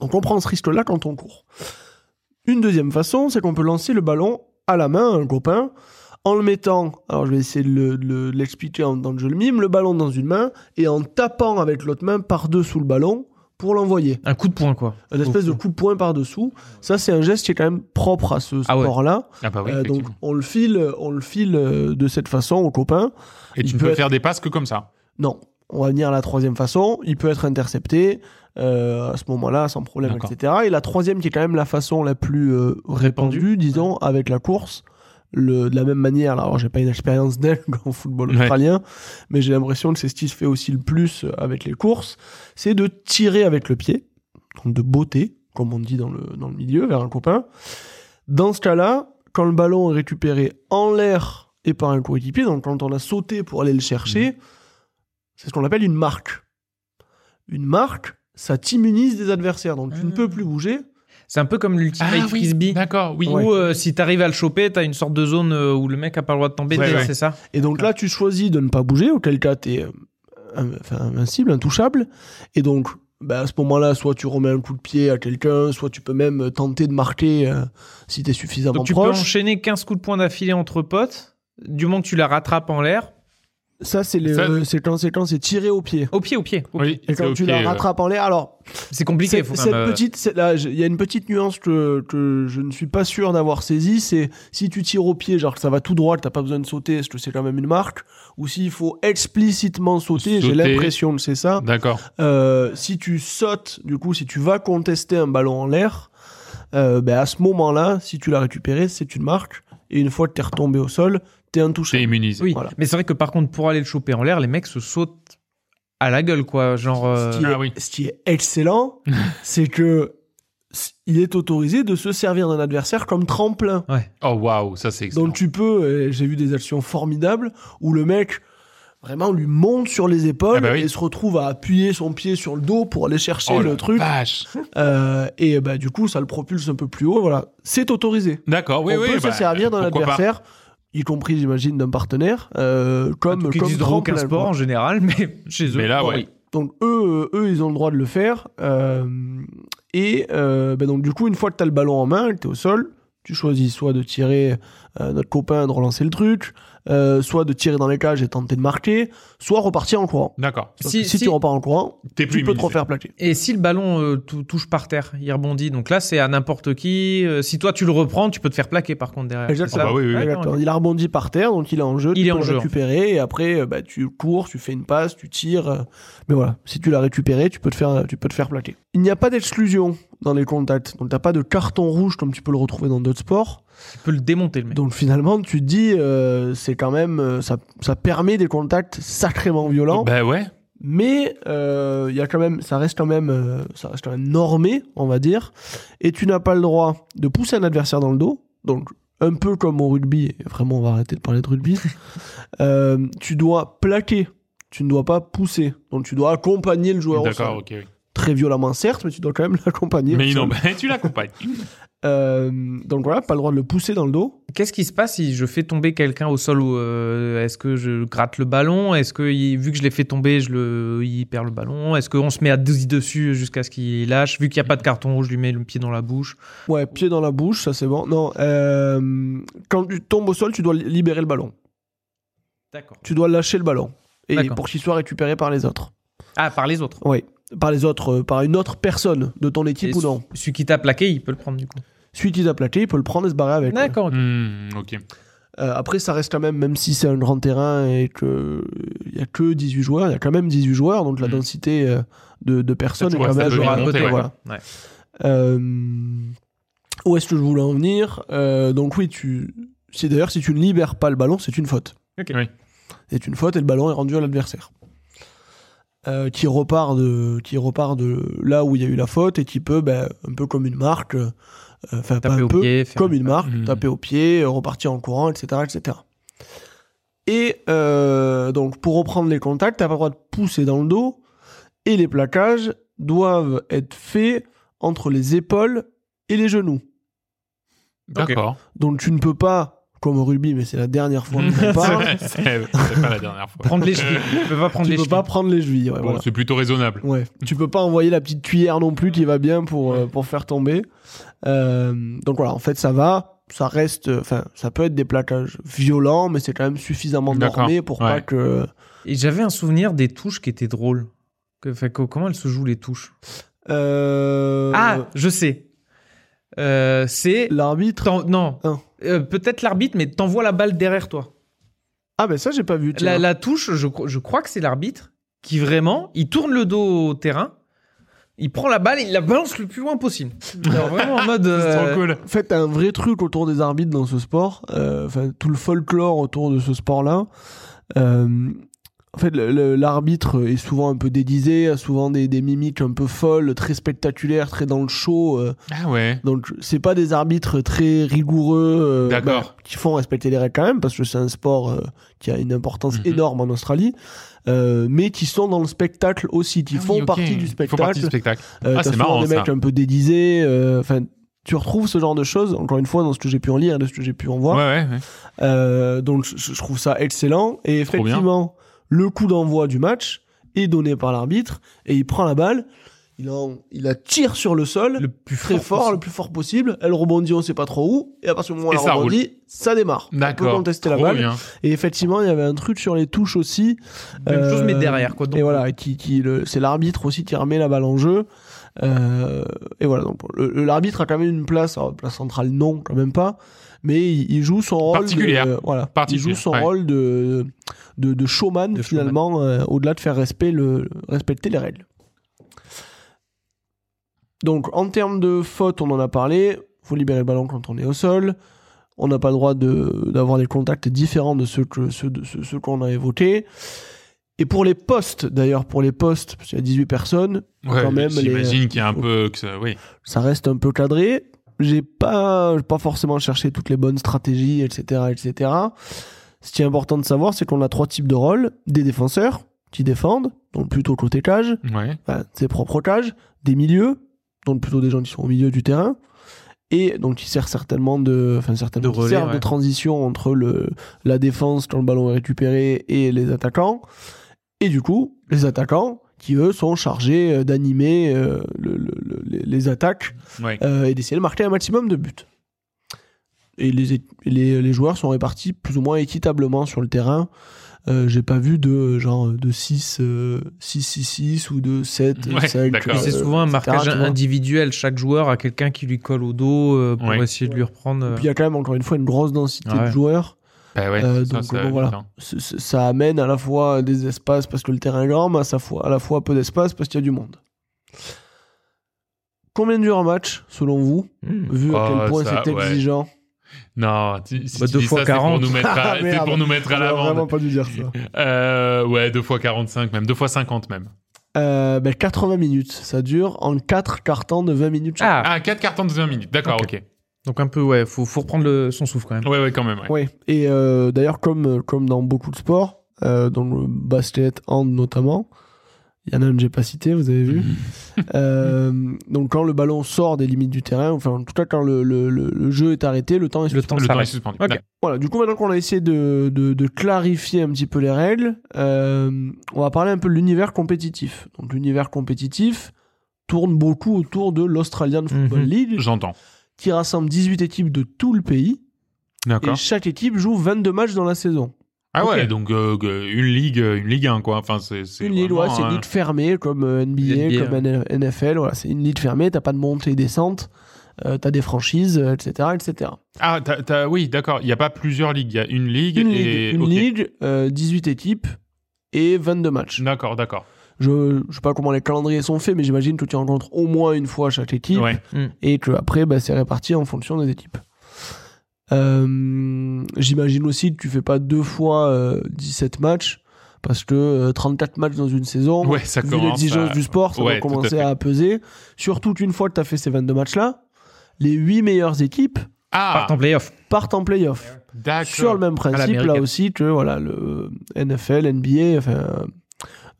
Speaker 1: Donc on prend ce risque-là quand on court. Une deuxième façon, c'est qu'on peut lancer le ballon à la main à un copain en le mettant, alors je vais essayer de le- de le- de l'expliquer en- dans le jeu le mime, le ballon dans une main et en tapant avec l'autre main par-dessous le ballon pour l'envoyer.
Speaker 4: Un coup de poing, quoi.
Speaker 1: Une espèce de coup de poing par-dessous. Ça, c'est un geste qui est quand même propre à ce
Speaker 4: Ah ouais.
Speaker 1: sport-là.
Speaker 3: Ah bah oui,
Speaker 1: Euh, donc,
Speaker 3: effectivement.
Speaker 1: on le file, on le file euh, de cette façon aux copains.
Speaker 3: Et
Speaker 1: il
Speaker 3: tu
Speaker 1: peut
Speaker 3: peux
Speaker 1: être-
Speaker 3: faire des passes que comme ça.
Speaker 1: Non, on va venir à la troisième façon. Il peut être intercepté euh, à ce moment-là, sans problème,
Speaker 3: D'accord.
Speaker 1: etc. Et la troisième, qui est quand même la façon la plus euh, répandue, disons, avec la course. Le, de la même manière, là, alors j'ai pas une expérience dingue en football
Speaker 3: Ouais.
Speaker 1: australien, mais j'ai l'impression que c'est ce qui se fait aussi le plus euh, avec les courses, c'est de tirer avec le pied, donc de botter, comme on dit dans le, dans le milieu, vers un copain. Dans ce cas-là, quand le ballon est récupéré en l'air et par un coéquipier, donc quand on a sauté pour aller le chercher,
Speaker 4: Mhm.
Speaker 1: c'est ce qu'on appelle une marque. Une marque, ça t'immunise des adversaires, donc tu ne
Speaker 4: Ah.
Speaker 1: peux plus bouger.
Speaker 4: C'est un peu comme l'Ultimate
Speaker 1: Ah
Speaker 4: Frisbee.
Speaker 3: Ah D'accord, oui.
Speaker 4: Où euh, si t'arrives à le choper, t'as une sorte de zone euh, où le mec a pas le droit de t'embêter,
Speaker 3: Ouais, ouais.
Speaker 4: c'est ça
Speaker 1: Et donc là, tu choisis de ne pas bouger, auquel cas t'es euh, in- enfin, invincible, intouchable. Et donc, bah, à ce moment-là, soit tu remets un coup de pied à quelqu'un, soit tu peux même euh, tenter de marquer euh, si t'es suffisamment
Speaker 4: Donc tu peux
Speaker 1: proche.
Speaker 4: enchaîner 15 coups de poing d'affilée entre potes, du moment que tu la rattrapes en l'air,
Speaker 1: Ça, c'est les-
Speaker 3: Ça-
Speaker 1: euh, c'est quand c'est quand c'est tiré au pied.
Speaker 4: au pied, au pied. au
Speaker 3: Oui,
Speaker 4: pied.
Speaker 1: Et
Speaker 3: c'est
Speaker 1: quand tu
Speaker 3: ok,
Speaker 1: la
Speaker 3: euh,
Speaker 1: rattrapes en l'air, alors
Speaker 4: C'est compliqué,
Speaker 1: Cette-
Speaker 4: faut
Speaker 1: cette
Speaker 4: quand même, euh,
Speaker 1: petite, cette- là, je- il y a une petite nuance que, que je ne suis pas sûr d'avoir saisie, c'est si tu tires au pied, genre que ça va tout droit, que t'as pas besoin de sauter, est-ce que c'est quand même une marque Ou s'il faut explicitement sauter, j'ai
Speaker 3: Sauter.
Speaker 1: l'impression que c'est ça.
Speaker 3: D'accord.
Speaker 1: Euh, si tu sautes, du coup, si tu vas contester un ballon en l'air, euh, ben à ce moment-là, si tu l'as récupéré, c'est une marque. Et une fois que t'es retombé au sol, t'es
Speaker 3: T'es
Speaker 1: intouchable.
Speaker 3: immunisé.
Speaker 4: Oui,
Speaker 1: Voilà.
Speaker 4: mais c'est vrai que par contre, pour aller le choper en l'air, les mecs se sautent à la gueule, quoi. Genre. euh,
Speaker 1: Ce qui est-
Speaker 3: Ah oui.
Speaker 1: ce qui est excellent, c'est que s- il est autorisé de se servir d'un adversaire comme tremplin.
Speaker 3: Oh waouh, ça c'est excellent.
Speaker 1: Donc tu peux, euh, j'ai vu des actions formidables où le mec vraiment lui monte sur les épaules
Speaker 3: Ah bah oui.
Speaker 1: et se retrouve à appuyer son pied sur le dos pour aller chercher
Speaker 3: Oh la
Speaker 1: le truc.
Speaker 3: vache.
Speaker 1: Euh, et bah du coup ça le propulse un peu plus haut. Voilà, c'est autorisé.
Speaker 3: D'accord, oui,
Speaker 1: On
Speaker 3: oui.
Speaker 1: peut
Speaker 3: bah,
Speaker 1: se servir d'un
Speaker 3: pourquoi pas.
Speaker 1: adversaire, y compris j'imagine d'un partenaire, euh, comme
Speaker 3: Bah,
Speaker 4: qui
Speaker 1: comme
Speaker 4: existe dans aucun
Speaker 1: tremplin,
Speaker 4: sport
Speaker 1: quoi.
Speaker 4: en général, mais chez eux.
Speaker 3: Mais là,
Speaker 4: bon,
Speaker 3: ouais.
Speaker 4: oui.
Speaker 1: Donc eux, euh, eux, ils ont le droit de le faire. Euh, et euh, ben donc du coup, une fois que t'as le ballon en main, que t'es au sol, tu choisis soit de tirer euh, notre copain, de relancer le truc, euh, soit de tirer dans les cages et tenter de marquer, soit repartir en courant.
Speaker 3: D'accord.
Speaker 1: Parce
Speaker 4: Si-
Speaker 1: que si,
Speaker 4: si-
Speaker 1: tu repars en courant,
Speaker 3: T'es plus
Speaker 1: tu peux te
Speaker 3: immunisé.
Speaker 1: refaire plaquer.
Speaker 4: Et si le ballon euh, tou- touche par terre, il rebondit. Donc là, c'est à n'importe qui. Euh, si toi, tu le reprends, tu peux te faire plaquer par contre derrière.
Speaker 1: Exactement.
Speaker 4: C'est ça
Speaker 3: Ah bah oui, oui, oui.
Speaker 4: D'accord,
Speaker 1: Exactement.
Speaker 4: ok.
Speaker 1: Il a rebondi par terre, donc il est en jeu.
Speaker 4: Il
Speaker 1: tu
Speaker 4: est
Speaker 1: peux
Speaker 4: en
Speaker 1: le
Speaker 4: jeu.
Speaker 1: récupérer et après, euh, bah, tu cours, tu fais une passe, tu tires. euh, Mais voilà, si tu l'as récupéré, tu peux te faire, tu peux te faire plaquer. Il n'y a pas d'exclusion dans les contacts, donc t'as pas de carton rouge comme tu peux le retrouver dans d'autres sports.
Speaker 4: Tu peux le démonter, le mec.
Speaker 1: Donc finalement, tu te dis, euh, c'est quand même, euh, ça, ça permet des contacts sacrément violents,
Speaker 3: Bah ouais.
Speaker 1: mais euh, il y a quand même, ça reste quand même, euh, ça reste quand même normé, on va dire. Et tu n'as pas le droit de pousser un adversaire dans le dos, donc un peu comme au rugby. et Vraiment, on va arrêter de parler de rugby. Euh, tu dois plaquer, tu ne dois pas pousser, donc tu dois accompagner le joueur. au
Speaker 3: D'accord,
Speaker 1: sol.
Speaker 3: ok. oui.
Speaker 1: Très violemment certes, mais tu dois quand même l'accompagner.
Speaker 3: Mais
Speaker 1: au
Speaker 3: non,
Speaker 1: sol.
Speaker 3: bah, tu l'accompagnes.
Speaker 1: Euh, donc voilà, pas le droit de le pousser dans le dos.
Speaker 4: Qu'est-ce qui se passe si je fais tomber quelqu'un au sol ou, euh, Est-ce que je gratte le ballon Est-ce que, il- vu que je l'ai fait tomber, je le, il perd le ballon Est-ce qu'on se met à deux dessus jusqu'à ce qu'il lâche Vu qu'il n'y a pas de carton rouge, je lui mets le pied dans la bouche.
Speaker 1: Ouais, pied dans la bouche, ça c'est bon. Non, euh, quand tu tombes au sol, tu dois li- libérer le ballon.
Speaker 4: D'accord.
Speaker 1: Tu dois lâcher le ballon. Et
Speaker 4: D'accord.
Speaker 1: pour qu'il soit récupéré par les autres.
Speaker 4: Ah, par les autres.
Speaker 1: Oui. Par les autres, euh, par une autre personne de ton
Speaker 4: Et
Speaker 1: équipe ou
Speaker 4: ce-
Speaker 1: non.
Speaker 4: Celui qui t'a plaqué, il peut le prendre du coup.
Speaker 1: Suite, il a plaqué, il peut le prendre et se barrer avec. ouais.
Speaker 4: D'accord. ok.
Speaker 3: Hmm, ok.
Speaker 1: Euh, après, ça reste quand même, même si c'est un grand terrain et que euh, il y a que 18 joueurs, il y a quand même 18 joueurs, donc la
Speaker 3: Mm.
Speaker 1: densité euh, de, de personnes est
Speaker 3: Ça, tu
Speaker 1: quand
Speaker 3: vois, ça
Speaker 1: même
Speaker 3: peut
Speaker 4: Toujours à
Speaker 3: monter,
Speaker 4: côté,
Speaker 3: ouais.
Speaker 1: voilà.
Speaker 4: Ouais.
Speaker 1: Euh, où est-ce que je voulais en venir Euh, Donc oui, tu. Si d'ailleurs, si tu ne libères pas le ballon, c'est une faute.
Speaker 4: Ok.
Speaker 3: Oui.
Speaker 1: C'est une faute et le ballon est rendu à l'adversaire. Euh, qui repart de qui repart de là où il y a eu la faute et qui peut ben, un peu comme une marque euh, enfin pas
Speaker 4: Taper
Speaker 1: un
Speaker 4: au
Speaker 1: peu
Speaker 4: pied, Mmh. faire
Speaker 1: comme une marque
Speaker 3: Mm.
Speaker 1: taper au pied euh, repartir en courant etc etc et euh, donc pour reprendre les contacts t'as pas le droit de pousser dans le dos et les plaquages doivent être faits entre les épaules et les genoux
Speaker 3: D'accord.
Speaker 1: donc tu ne peux pas comme au rugby mais c'est la dernière fois qu'on en parle
Speaker 3: C'est c'est pas la dernière fois.
Speaker 4: Prendre les chevilles. Tu peux pas prendre
Speaker 1: tu
Speaker 4: les
Speaker 1: peux
Speaker 4: chevilles.
Speaker 1: pas prendre les chevilles ouais,
Speaker 3: Bon,
Speaker 1: voilà.
Speaker 3: c'est plutôt raisonnable.
Speaker 1: Ouais. Tu peux pas envoyer la petite cuillère non plus qui va bien pour, euh, pour faire tomber. Euh, donc voilà, en fait, ça va. Ça reste. euh, Enfin, ça peut être des plaquages violents, mais c'est quand même suffisamment
Speaker 3: D'accord.
Speaker 1: normé pour
Speaker 3: Ouais.
Speaker 1: pas que.
Speaker 4: Et j'avais un souvenir des touches qui étaient drôles. Que- enfin, co- comment elles se jouent les touches
Speaker 1: Euh,
Speaker 4: Ah, je sais. Euh, c'est.
Speaker 1: L'arbitre.
Speaker 4: t'en- Non.
Speaker 1: Un.
Speaker 4: Euh, Peut-être l'arbitre, mais t'envoies la balle derrière toi.
Speaker 1: Ah, ben ça, j'ai pas vu. tiens.
Speaker 4: La, la touche, je, cro- je crois que c'est l'arbitre qui vraiment, il tourne le dos au terrain, il prend la balle et il la balance le plus loin possible. Alors vraiment en mode.
Speaker 3: C'est
Speaker 4: euh,
Speaker 3: trop cool.
Speaker 1: En fait, t'as un vrai truc autour des arbitres dans ce sport, euh, enfin tout le folklore autour de ce sport-là. Euh, en fait, le- le- l'arbitre est souvent un peu déguisé, a souvent des, des mimiques un peu folles, très spectaculaires, très dans le show. euh,
Speaker 3: Ah ouais.
Speaker 1: donc, c'est pas des arbitres très rigoureux euh,
Speaker 3: D'accord.
Speaker 1: bah, qui font respecter les règles quand même, parce que c'est un sport euh, qui a une importance
Speaker 3: Mhm.
Speaker 1: énorme en Australie, euh, mais qui sont dans le spectacle aussi, qui
Speaker 3: Ah oui,
Speaker 1: font
Speaker 3: ok.
Speaker 1: partie du
Speaker 3: Ils font
Speaker 1: spectacle.
Speaker 3: partie du spectacle.
Speaker 1: Euh, t'as
Speaker 3: Ah, c'est
Speaker 1: souvent
Speaker 3: marrant,
Speaker 1: des mecs
Speaker 3: ça.
Speaker 1: un peu déguisés. euh, Enfin, tu retrouves ce genre de choses. Encore une fois, dans ce que j'ai pu en lire, et de ce que j'ai pu en
Speaker 3: Ouais,
Speaker 1: voir.
Speaker 3: ouais. ouais.
Speaker 1: Euh, donc, je, je trouve ça excellent. Et
Speaker 3: Trop bien.
Speaker 1: effectivement, le coup d'envoi du match est donné par l'arbitre et il prend la balle. Il, en- il la tire sur le sol,
Speaker 4: le plus
Speaker 1: très fort,
Speaker 4: possible.
Speaker 1: le plus fort possible. Elle rebondit, on sait pas trop où. Et à partir du moment où
Speaker 3: Et
Speaker 1: elle
Speaker 3: ça
Speaker 1: rebondit, ça démarre. On peut
Speaker 3: D'accord.
Speaker 1: contester la
Speaker 3: Trop
Speaker 1: balle.
Speaker 3: bien.
Speaker 1: Et effectivement, il y avait un truc sur les touches aussi.
Speaker 4: Même chose, mais
Speaker 1: Euh,
Speaker 4: derrière. Quoi. Donc,
Speaker 1: et voilà, qui, qui le- c'est l'arbitre aussi qui remet la balle en jeu. Euh, et voilà, donc le- le- l'arbitre a quand même une place, alors, place centrale non, quand même pas, mais il, il joue son rôle.
Speaker 3: Particulière.
Speaker 1: De, euh, voilà, il
Speaker 3: Particulière,
Speaker 1: joue son
Speaker 3: ouais.
Speaker 1: rôle de, de, de showman,
Speaker 4: De showman.
Speaker 1: finalement, euh, au-delà de faire respect le, respecter les règles. Donc, en termes de faute, on en a parlé. faut libérer le ballon quand on est au sol. On n'a pas le droit de- d'avoir des contacts différents de ceux qu'on ceux, de- ceux, ceux qu'on a évoqués. Et pour les postes, d'ailleurs, pour les postes, parce qu'il y a 18 personnes,
Speaker 3: Ouais,
Speaker 1: quand même, les-
Speaker 3: J'imagine qu'il y a un peu. Que ça- oui.
Speaker 1: ça reste un peu cadré. J'ai pas, j'ai pas forcément cherché toutes les bonnes stratégies, etc., etc. Ce qui est important de savoir, c'est qu'on a trois types de rôles des défenseurs qui défendent, donc plutôt côté cage,
Speaker 3: Ouais.
Speaker 1: enfin, ses propres cages, des milieux, donc plutôt des gens qui sont au milieu du terrain, et donc qui servent certainement de, enfin certainement
Speaker 4: De
Speaker 1: qui
Speaker 4: relais,
Speaker 1: servent de
Speaker 4: ouais.
Speaker 1: transition entre le la défense quand le ballon est récupéré et les attaquants, et du coup les attaquants qui eux sont chargés euh, d'animer euh, le- le- le- les- les attaques
Speaker 3: Ouais.
Speaker 1: euh, et d'essayer de marquer un maximum de buts. Et les, é- les, les joueurs sont répartis plus ou moins équitablement sur le terrain. Euh, J'ai pas vu de euh, genre de 6, euh, 6, 6, 6 ou de 7,
Speaker 3: Ouais,
Speaker 1: 5.
Speaker 3: d'accord.
Speaker 4: Puis
Speaker 1: euh,
Speaker 4: c'est souvent un
Speaker 1: etc.,
Speaker 4: marquage
Speaker 1: tu vois.
Speaker 4: individuel. Chaque joueur a quelqu'un qui lui colle au dos euh, pour
Speaker 3: Ouais.
Speaker 4: essayer de lui reprendre. euh,
Speaker 1: Puis il y a quand même encore une fois une grosse densité
Speaker 4: Ah ouais.
Speaker 1: de joueurs.
Speaker 3: Bah ouais.
Speaker 1: Euh,
Speaker 3: ça,
Speaker 1: donc,
Speaker 3: ça,
Speaker 1: bon, voilà.
Speaker 3: putain.
Speaker 1: C- c- ça amène à la fois des espaces parce que le terrain est grand, mais à, sa fois, à la fois peu d'espace parce qu'il y a du monde. Combien dure un match selon vous,
Speaker 4: hmm.
Speaker 1: vu à
Speaker 3: Oh,
Speaker 1: quel point
Speaker 3: ça,
Speaker 1: c'est
Speaker 3: ouais.
Speaker 1: exigeant
Speaker 3: Non, tu- si
Speaker 4: Bah,
Speaker 3: tu
Speaker 4: deux
Speaker 3: dis
Speaker 4: fois
Speaker 3: ça, c'est pour
Speaker 4: 40.
Speaker 3: nous mettre à,
Speaker 1: Ah,
Speaker 3: c'est
Speaker 1: merde.
Speaker 3: pour nous mettre à
Speaker 1: J'aurais
Speaker 3: l'amende.
Speaker 1: pas dû dire ça.
Speaker 3: Euh, ouais, 2 fois 45 même, 2 fois 50 même.
Speaker 1: Euh, ben, 80 minutes, ça dure en 4 cartons de 20 minutes chaque.
Speaker 4: Ah,
Speaker 3: Ah, 4 cartons de 20 minutes, d'accord, ok.
Speaker 4: donc un peu, ouais, faut, faut reprendre le- son souffle quand même.
Speaker 3: Ouais, ouais, quand même, Ah ouais.
Speaker 1: Ouais. Et euh, d'ailleurs, comme, comme dans beaucoup de sports, euh, dans le basket, hand notamment, il y en a un que j'ai pas cité, vous avez vu. Euh, donc quand le ballon sort des limites du terrain, enfin en tout cas quand le, le- le- le jeu est arrêté, le temps est
Speaker 4: Le
Speaker 1: suspendu.
Speaker 4: temps
Speaker 3: Le temps est
Speaker 4: s'arrête.
Speaker 3: suspendu.
Speaker 4: Ok.
Speaker 3: D'accord.
Speaker 1: Voilà, du coup maintenant qu'on a essayé de, de- de clarifier un petit peu les règles, euh, on va parler un peu de l'univers compétitif. Donc l'univers compétitif tourne beaucoup autour de l'Australian Football
Speaker 4: Mhm.
Speaker 1: League,
Speaker 3: J'entends.
Speaker 1: qui rassemble 18 équipes de tout le pays. Et
Speaker 3: D'accord.
Speaker 1: chaque équipe joue 22 matchs dans la saison.
Speaker 3: Ah ouais,
Speaker 4: Ok.
Speaker 3: donc euh, que- une ligue, euh, une ligue 1 quoi. Enfin, c'est c'est
Speaker 1: Une ligue, ouais,
Speaker 3: vraiment,
Speaker 1: c'est une
Speaker 3: hein.
Speaker 1: ligue fermée comme euh, NBA,
Speaker 4: NBA,
Speaker 1: comme N- NFL. Voilà, c'est une ligue fermée. T'as pas de montée et descente. euh, t'as des franchises, euh, etc., etc.
Speaker 3: Ah, t'as- t'as- oui, d'accord. Il y a pas plusieurs ligues, il y a une ligue
Speaker 1: Une
Speaker 3: et
Speaker 1: ligue, une
Speaker 3: ok.
Speaker 1: ligue, euh, 18 équipes et 22 matchs.
Speaker 3: D'accord, d'accord.
Speaker 1: Je, je sais pas comment les calendriers sont faits, mais j'imagine que tu rencontres au moins une fois chaque équipe.
Speaker 3: Ouais.
Speaker 1: et que après bah, c'est réparti en fonction des équipes. Euh, J'imagine aussi que tu fais pas deux fois euh, 17 matchs parce que euh, 34 matchs dans une saison,
Speaker 3: Ouais, ça
Speaker 1: vu
Speaker 3: commence
Speaker 1: l'exigence
Speaker 3: à-
Speaker 1: du sport, ça
Speaker 3: Ouais,
Speaker 1: va
Speaker 3: tout à
Speaker 1: commencer
Speaker 3: fait.
Speaker 1: à, peser. Surtout qu'une fois que tu as fait ces 22 matchs là, les 8 meilleures équipes
Speaker 3: Ah,
Speaker 4: Part en playoff.
Speaker 1: partent en playoff.
Speaker 3: d'accord.
Speaker 1: Sur le même principe là
Speaker 4: l'américaine.
Speaker 1: aussi que voilà, le euh, NFL, NBA, enfin,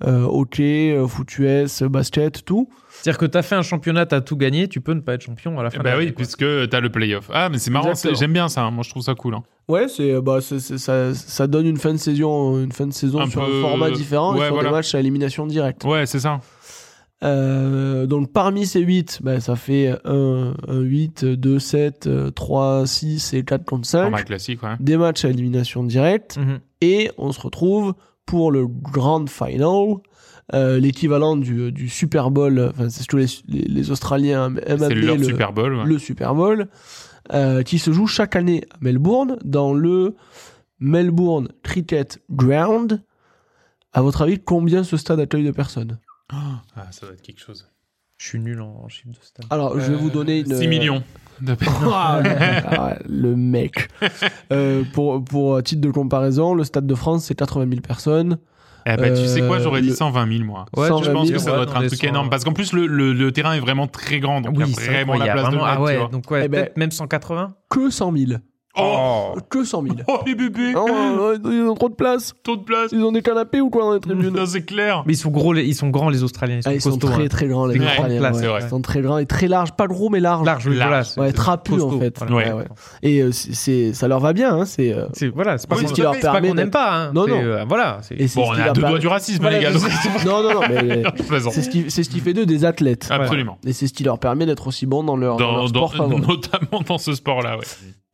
Speaker 1: euh, hockey, euh, foot US, basket, tout.
Speaker 4: C'est-à-dire que t'as fait un championnat, t'as tout gagné, tu peux ne pas être champion à la fin. de
Speaker 3: Bah
Speaker 4: la
Speaker 3: oui,
Speaker 4: saison, quoi.
Speaker 3: puisque t'as le playoff. Ah, mais c'est marrant, c'est-
Speaker 1: Ah, Exactement.
Speaker 3: j'aime bien ça. hein. Moi, je trouve ça cool. hein.
Speaker 1: Ouais, c'est bah, c'est- c'est- ça, ça donne une fin de saison, une fin de saison
Speaker 3: Un
Speaker 1: sur
Speaker 3: peu- euh,
Speaker 1: un format différent et
Speaker 3: ouais,
Speaker 1: sur
Speaker 3: voilà.
Speaker 1: des matchs à élimination directe.
Speaker 3: Ouais, c'est ça.
Speaker 1: Euh, donc parmi ces 8, bah, ça fait 1, 8, 2, 7, 3, 6 et 4 contre 5.
Speaker 3: Format classique, ouais.
Speaker 1: des matchs à élimination directe
Speaker 4: Mhm.
Speaker 1: et on se retrouve pour le Grand Final, euh, l'équivalent du, du Super Bowl, enfin, c'est surtout les, les- les Australiens aiment
Speaker 3: C'est
Speaker 1: appeler
Speaker 3: leur
Speaker 1: le,
Speaker 3: Super Bowl. ouais.
Speaker 1: le Super Bowl, euh, qui se joue chaque année à Melbourne, dans le Melbourne Cricket Ground. À votre avis, combien ce stade accueille de personnes
Speaker 3: Ah, ça doit être quelque chose.
Speaker 4: Je suis nul en chiffre de stade.
Speaker 1: Alors, je vais vous donner une... euh,
Speaker 3: 6 Euh, millions. de personnes.
Speaker 1: Ah, ouais, le mec. Euh, pour, pour titre de comparaison, le Stade de France, c'est 80 000 personnes.
Speaker 3: Eh ben, tu sais quoi, j'aurais dit
Speaker 1: Euh, le-
Speaker 3: 120 000, moi.
Speaker 1: Ouais,
Speaker 3: Je pense
Speaker 1: 000,
Speaker 3: que ça doit être un truc
Speaker 1: hein.
Speaker 3: énorme. Parce qu'en plus, le, le- le terrain est vraiment très grand. Donc, il y a vraiment la place de le
Speaker 4: Ah
Speaker 3: mettre, tu
Speaker 4: ouais,
Speaker 3: vois.
Speaker 4: donc ouais,
Speaker 1: Eh ben-
Speaker 4: peut-être même 180
Speaker 1: Que 100 000.
Speaker 3: Oh
Speaker 1: Que 100 000.
Speaker 3: Oh, les bébés
Speaker 1: Oh, oh, ils ont trop de place.
Speaker 3: Taux de place
Speaker 1: Ils ont des canapés ou quoi dans les tribunes
Speaker 3: Non, c'est clair.
Speaker 4: Mais ils sont gros, les- ils sont grands les Australiens. Ils sont
Speaker 1: Ah, Ils sont
Speaker 4: costauds.
Speaker 1: très
Speaker 4: hein.
Speaker 1: très grands les
Speaker 4: Des
Speaker 3: grandes
Speaker 1: Australiens,
Speaker 4: places,
Speaker 1: ouais.
Speaker 3: c'est vrai.
Speaker 1: Ils sont très grands et très larges, pas gros mais larges.
Speaker 4: Large,
Speaker 3: Large.
Speaker 4: large.
Speaker 1: Ouais, trapus en
Speaker 4: costaud,
Speaker 1: fait.
Speaker 4: voilà.
Speaker 3: Ouais.
Speaker 1: Et euh, c'est- c'est ça leur va bien, hein, c'est euh,
Speaker 4: C'est voilà, c'est pas
Speaker 1: c'est
Speaker 3: Oui,
Speaker 1: ce
Speaker 4: qu'on-
Speaker 1: qui
Speaker 3: tout à
Speaker 1: leur
Speaker 3: fait,
Speaker 4: c'est pas
Speaker 1: permet.
Speaker 4: qu'on
Speaker 1: de-
Speaker 4: n'aime pas. hein.
Speaker 1: Non,
Speaker 4: C'est,
Speaker 1: non.
Speaker 4: euh, voilà. c'est-
Speaker 1: et c'est
Speaker 3: Bon,
Speaker 1: ce
Speaker 3: on
Speaker 1: qui
Speaker 3: est à
Speaker 1: leur
Speaker 3: deux
Speaker 1: permet-
Speaker 3: doigts du racisme,
Speaker 1: Voilà,
Speaker 3: les gars.
Speaker 1: je
Speaker 3: donc-
Speaker 1: Non non non, mais
Speaker 3: Non, je plaisante.
Speaker 1: c'est ce qui c'est ce qui fait d'eux des athlètes.
Speaker 3: Absolument.
Speaker 1: Et c'est ce qui leur permet d'être aussi bons dans leur, dans
Speaker 3: Ah. Dans-
Speaker 1: leur sport
Speaker 3: dans-
Speaker 1: favori.
Speaker 3: notamment dans ce sport-là, ouais.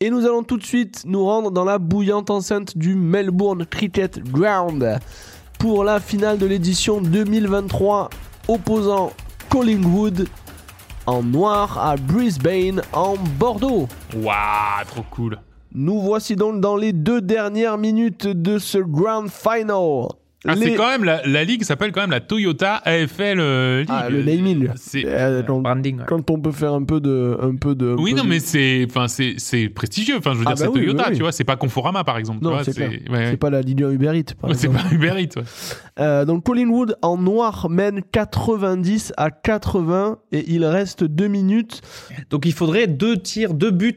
Speaker 1: Et nous allons tout de suite nous rendre dans la bouillante enceinte du Melbourne Cricket Ground pour la finale de l'édition 2023 opposant Collingwood en noir à Brisbane en Bordeaux.
Speaker 3: Waouh, trop cool.
Speaker 1: Nous voici donc dans les deux dernières minutes de ce Grand Final.
Speaker 3: Ah,
Speaker 1: Les-
Speaker 3: C'est quand même la, la ligue s'appelle quand même la Toyota AFL euh, League.
Speaker 1: Ah, le naming.
Speaker 3: C'est-
Speaker 1: Euh, quand,
Speaker 3: Ah,
Speaker 4: Branding. ouais.
Speaker 1: quand on peut faire un peu de... Un peu de un
Speaker 3: Oui,
Speaker 1: peu
Speaker 3: non,
Speaker 1: de-
Speaker 3: mais c'est, enfin, c'est, c'est prestigieux. Enfin, je veux
Speaker 1: Ah
Speaker 3: dire,
Speaker 1: bah
Speaker 3: c'est
Speaker 1: oui,
Speaker 3: Toyota,
Speaker 1: oui, oui.
Speaker 3: tu vois. C'est pas Conforama, par exemple. tu
Speaker 1: Non,
Speaker 3: vois,
Speaker 1: c'est clair.
Speaker 3: ouais, ouais.
Speaker 1: C'est pas la Ligue 1 Uber Eats, par
Speaker 3: Ouais, c'est
Speaker 1: exemple.
Speaker 3: pas Uber Eats. ouais.
Speaker 1: Euh, donc Collingwood en noir mène 90 à 80 et il reste 2 minutes.
Speaker 4: Donc il faudrait deux tirs, deux buts.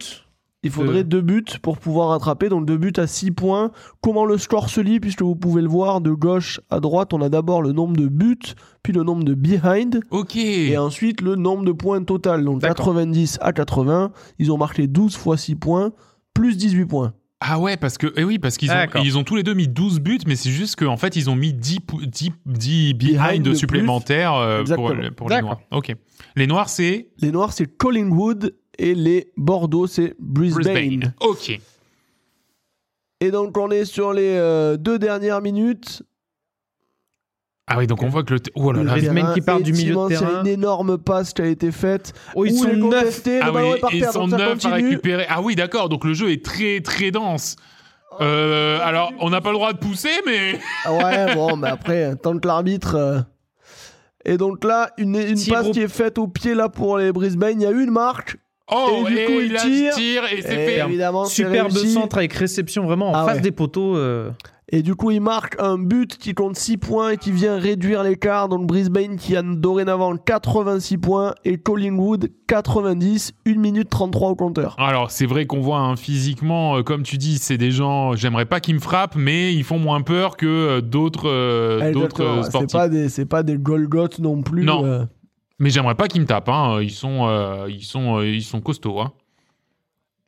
Speaker 1: Il faudrait
Speaker 4: Euh.
Speaker 1: deux buts pour pouvoir rattraper, donc deux buts à 6 points. Comment le score se lit, puisque vous pouvez le voir de gauche à droite, on a d'abord le nombre de buts, puis le nombre de behind,
Speaker 3: Ok.
Speaker 1: et ensuite le nombre de points total. Donc
Speaker 4: D'accord.
Speaker 1: 90 à 80, ils ont marqué 12 fois 6 points, plus 18 points.
Speaker 3: Ah ouais, parce que, eh oui, parce qu'ils ont,
Speaker 4: D'accord.
Speaker 3: ils ont tous les deux mis 12 buts, mais c'est juste qu'en fait, ils ont mis 10, pou- 10, 10
Speaker 1: Behind de
Speaker 3: behind
Speaker 1: plus.
Speaker 3: supplémentaires euh, pour,
Speaker 1: Exactement.
Speaker 3: pour les
Speaker 4: D'accord.
Speaker 3: noirs. Ok. Les noirs, c'est
Speaker 1: Les noirs c'est Collingwood et les Bordeaux c'est Brisbane.
Speaker 3: Brisbane. Ok.
Speaker 1: Et donc on est sur les euh, deux dernières minutes.
Speaker 3: Ah oui, donc on voit que le. t- Oh là
Speaker 1: Le
Speaker 3: là.
Speaker 4: Brisbane
Speaker 1: terrain
Speaker 4: qui part
Speaker 1: est
Speaker 4: du milieu de
Speaker 1: immense, Il y a
Speaker 4: terrain.
Speaker 1: une énorme passe qui a été faite.
Speaker 4: Oh, ils
Speaker 1: Où
Speaker 4: sont
Speaker 1: il est
Speaker 4: neuf.
Speaker 1: contesté,
Speaker 3: Ah
Speaker 1: le ballon est ben, par
Speaker 3: oui, ils
Speaker 1: terre,
Speaker 3: sont
Speaker 1: donc ça
Speaker 3: neuf à
Speaker 1: continue.
Speaker 3: récupérer. Ah oui, d'accord. Donc le jeu est très, très dense.
Speaker 1: Oh,
Speaker 3: Euh, alors, on n'a pas le droit de pousser, mais.
Speaker 1: Ah ouais, bon, mais après, tant que l'arbitre. euh, Et donc là, une, une
Speaker 4: Petit
Speaker 1: passe
Speaker 4: gros-
Speaker 1: qui est faite au pied là pour les Brisbane. Il y a une marque.
Speaker 3: Oh,
Speaker 1: Et du coup,
Speaker 3: et
Speaker 1: il
Speaker 3: là,
Speaker 1: tire.
Speaker 3: je tire et c'est
Speaker 1: Et
Speaker 3: fait.
Speaker 1: évidemment, c'est
Speaker 4: Superbe
Speaker 1: réussi.
Speaker 4: centre avec réception vraiment en
Speaker 1: Ah
Speaker 4: face
Speaker 1: ouais.
Speaker 4: des poteaux. euh,
Speaker 1: Et du coup, il marque un but qui compte 6 points et qui vient réduire l'écart. Donc Brisbane qui a dorénavant 86 points et Collingwood 90, 1 minute 33 au compteur.
Speaker 3: Alors, c'est vrai qu'on voit hein, physiquement, euh, comme tu dis, c'est des gens, j'aimerais pas qu'ils me frappent, mais ils font moins peur que euh, d'autres euh, d'autres
Speaker 1: Exactement,
Speaker 3: euh,
Speaker 1: ouais, c'est
Speaker 3: sportifs.
Speaker 1: pas des, c'est pas des Golgoth non plus.
Speaker 3: Non.
Speaker 1: euh,
Speaker 3: Mais j'aimerais pas qu'ils me tapent. hein. Ils, sont, euh, ils, sont, euh, ils sont costauds. hein.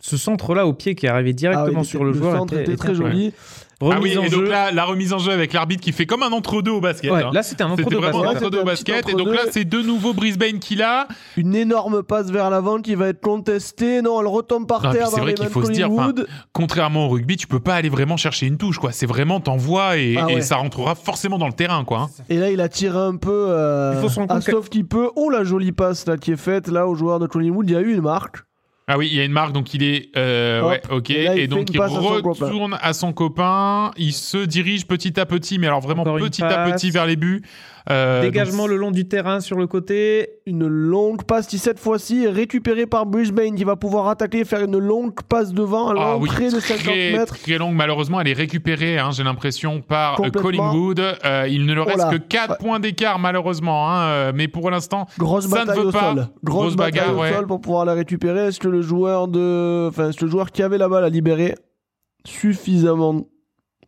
Speaker 4: Ce centre-là au pied qui est arrivé directement
Speaker 1: Ah oui,
Speaker 4: sur le,
Speaker 1: le
Speaker 4: joueur
Speaker 1: centre
Speaker 4: était-
Speaker 1: était
Speaker 4: était
Speaker 1: très
Speaker 4: incroyable.
Speaker 1: joli.
Speaker 3: Ah oui,
Speaker 4: Remise en
Speaker 3: et
Speaker 4: jeu.
Speaker 3: donc là, la remise en jeu avec l'arbitre qui fait comme un entre-deux au basket.
Speaker 4: Ouais,
Speaker 3: hein.
Speaker 4: là c'était un entre
Speaker 3: C'était
Speaker 4: deux
Speaker 3: vraiment
Speaker 1: basket.
Speaker 3: un
Speaker 1: Ouais,
Speaker 3: entre-deux au
Speaker 1: c'était un petit
Speaker 3: basket. Et donc là,
Speaker 1: entre-deux.
Speaker 3: c'est de nouveau Brisbane qui l'a.
Speaker 1: Une énorme passe vers l'avant qui va être contestée. Non, elle retombe par
Speaker 3: Non, et Ah, puis
Speaker 1: terre
Speaker 3: c'est
Speaker 1: dans
Speaker 3: vrai
Speaker 1: les
Speaker 3: qu'il
Speaker 1: mains de
Speaker 3: faut se dire, enfin,
Speaker 1: Collingwood.
Speaker 3: Contrairement au rugby, tu peux pas aller vraiment chercher une touche. quoi. C'est vraiment t'envoies et,
Speaker 1: Ah
Speaker 3: et
Speaker 1: ouais.
Speaker 3: ça rentrera forcément dans le terrain. quoi. hein.
Speaker 1: Et là, il a tiré un peu euh,
Speaker 4: Il faut se rendre
Speaker 1: à
Speaker 4: compte que-
Speaker 1: sauf qu'il peut. Oh, la jolie passe là qui est faite là au joueur de Collingwood. Il y a eu une marque.
Speaker 3: Ah oui, il y a une marque, donc il est. euh,
Speaker 1: Hop,
Speaker 3: ouais, ok.
Speaker 1: et
Speaker 3: Et,
Speaker 1: là, il fait
Speaker 3: donc
Speaker 1: une
Speaker 3: il
Speaker 1: passe à son
Speaker 3: retourne à son copain. Il se dirige petit à petit, mais alors vraiment
Speaker 4: Encore une
Speaker 3: petit à petit
Speaker 4: passe.
Speaker 3: vers les buts. Euh,
Speaker 4: Dégagement
Speaker 3: donc-
Speaker 4: le long du terrain sur le côté.
Speaker 1: Une longue passe qui, cette fois-ci, est récupérée par Brisbane qui va pouvoir attaquer et faire une longue passe devant à
Speaker 3: Ah oui,
Speaker 1: l'entrée de 50
Speaker 3: très,
Speaker 1: mètres.
Speaker 3: très longue. Malheureusement, elle est récupérée, hein, j'ai l'impression, par euh,
Speaker 1: Complètement.
Speaker 3: Collingwood. Euh, il ne leur
Speaker 1: Oh
Speaker 3: reste
Speaker 1: là.
Speaker 3: que 4
Speaker 1: Ouais.
Speaker 3: points d'écart, malheureusement. hein, euh, mais pour l'instant,
Speaker 1: Grosse
Speaker 3: Ça ne
Speaker 1: bataille
Speaker 3: veut
Speaker 1: au
Speaker 3: pas.
Speaker 1: sol. Grosse,
Speaker 3: Grosse
Speaker 1: bataille
Speaker 3: bagarre,
Speaker 1: au
Speaker 3: ouais.
Speaker 1: sol pour pouvoir la récupérer. Est-ce que le joueur de, enfin, est-ce que le joueur qui avait la balle a libéré suffisamment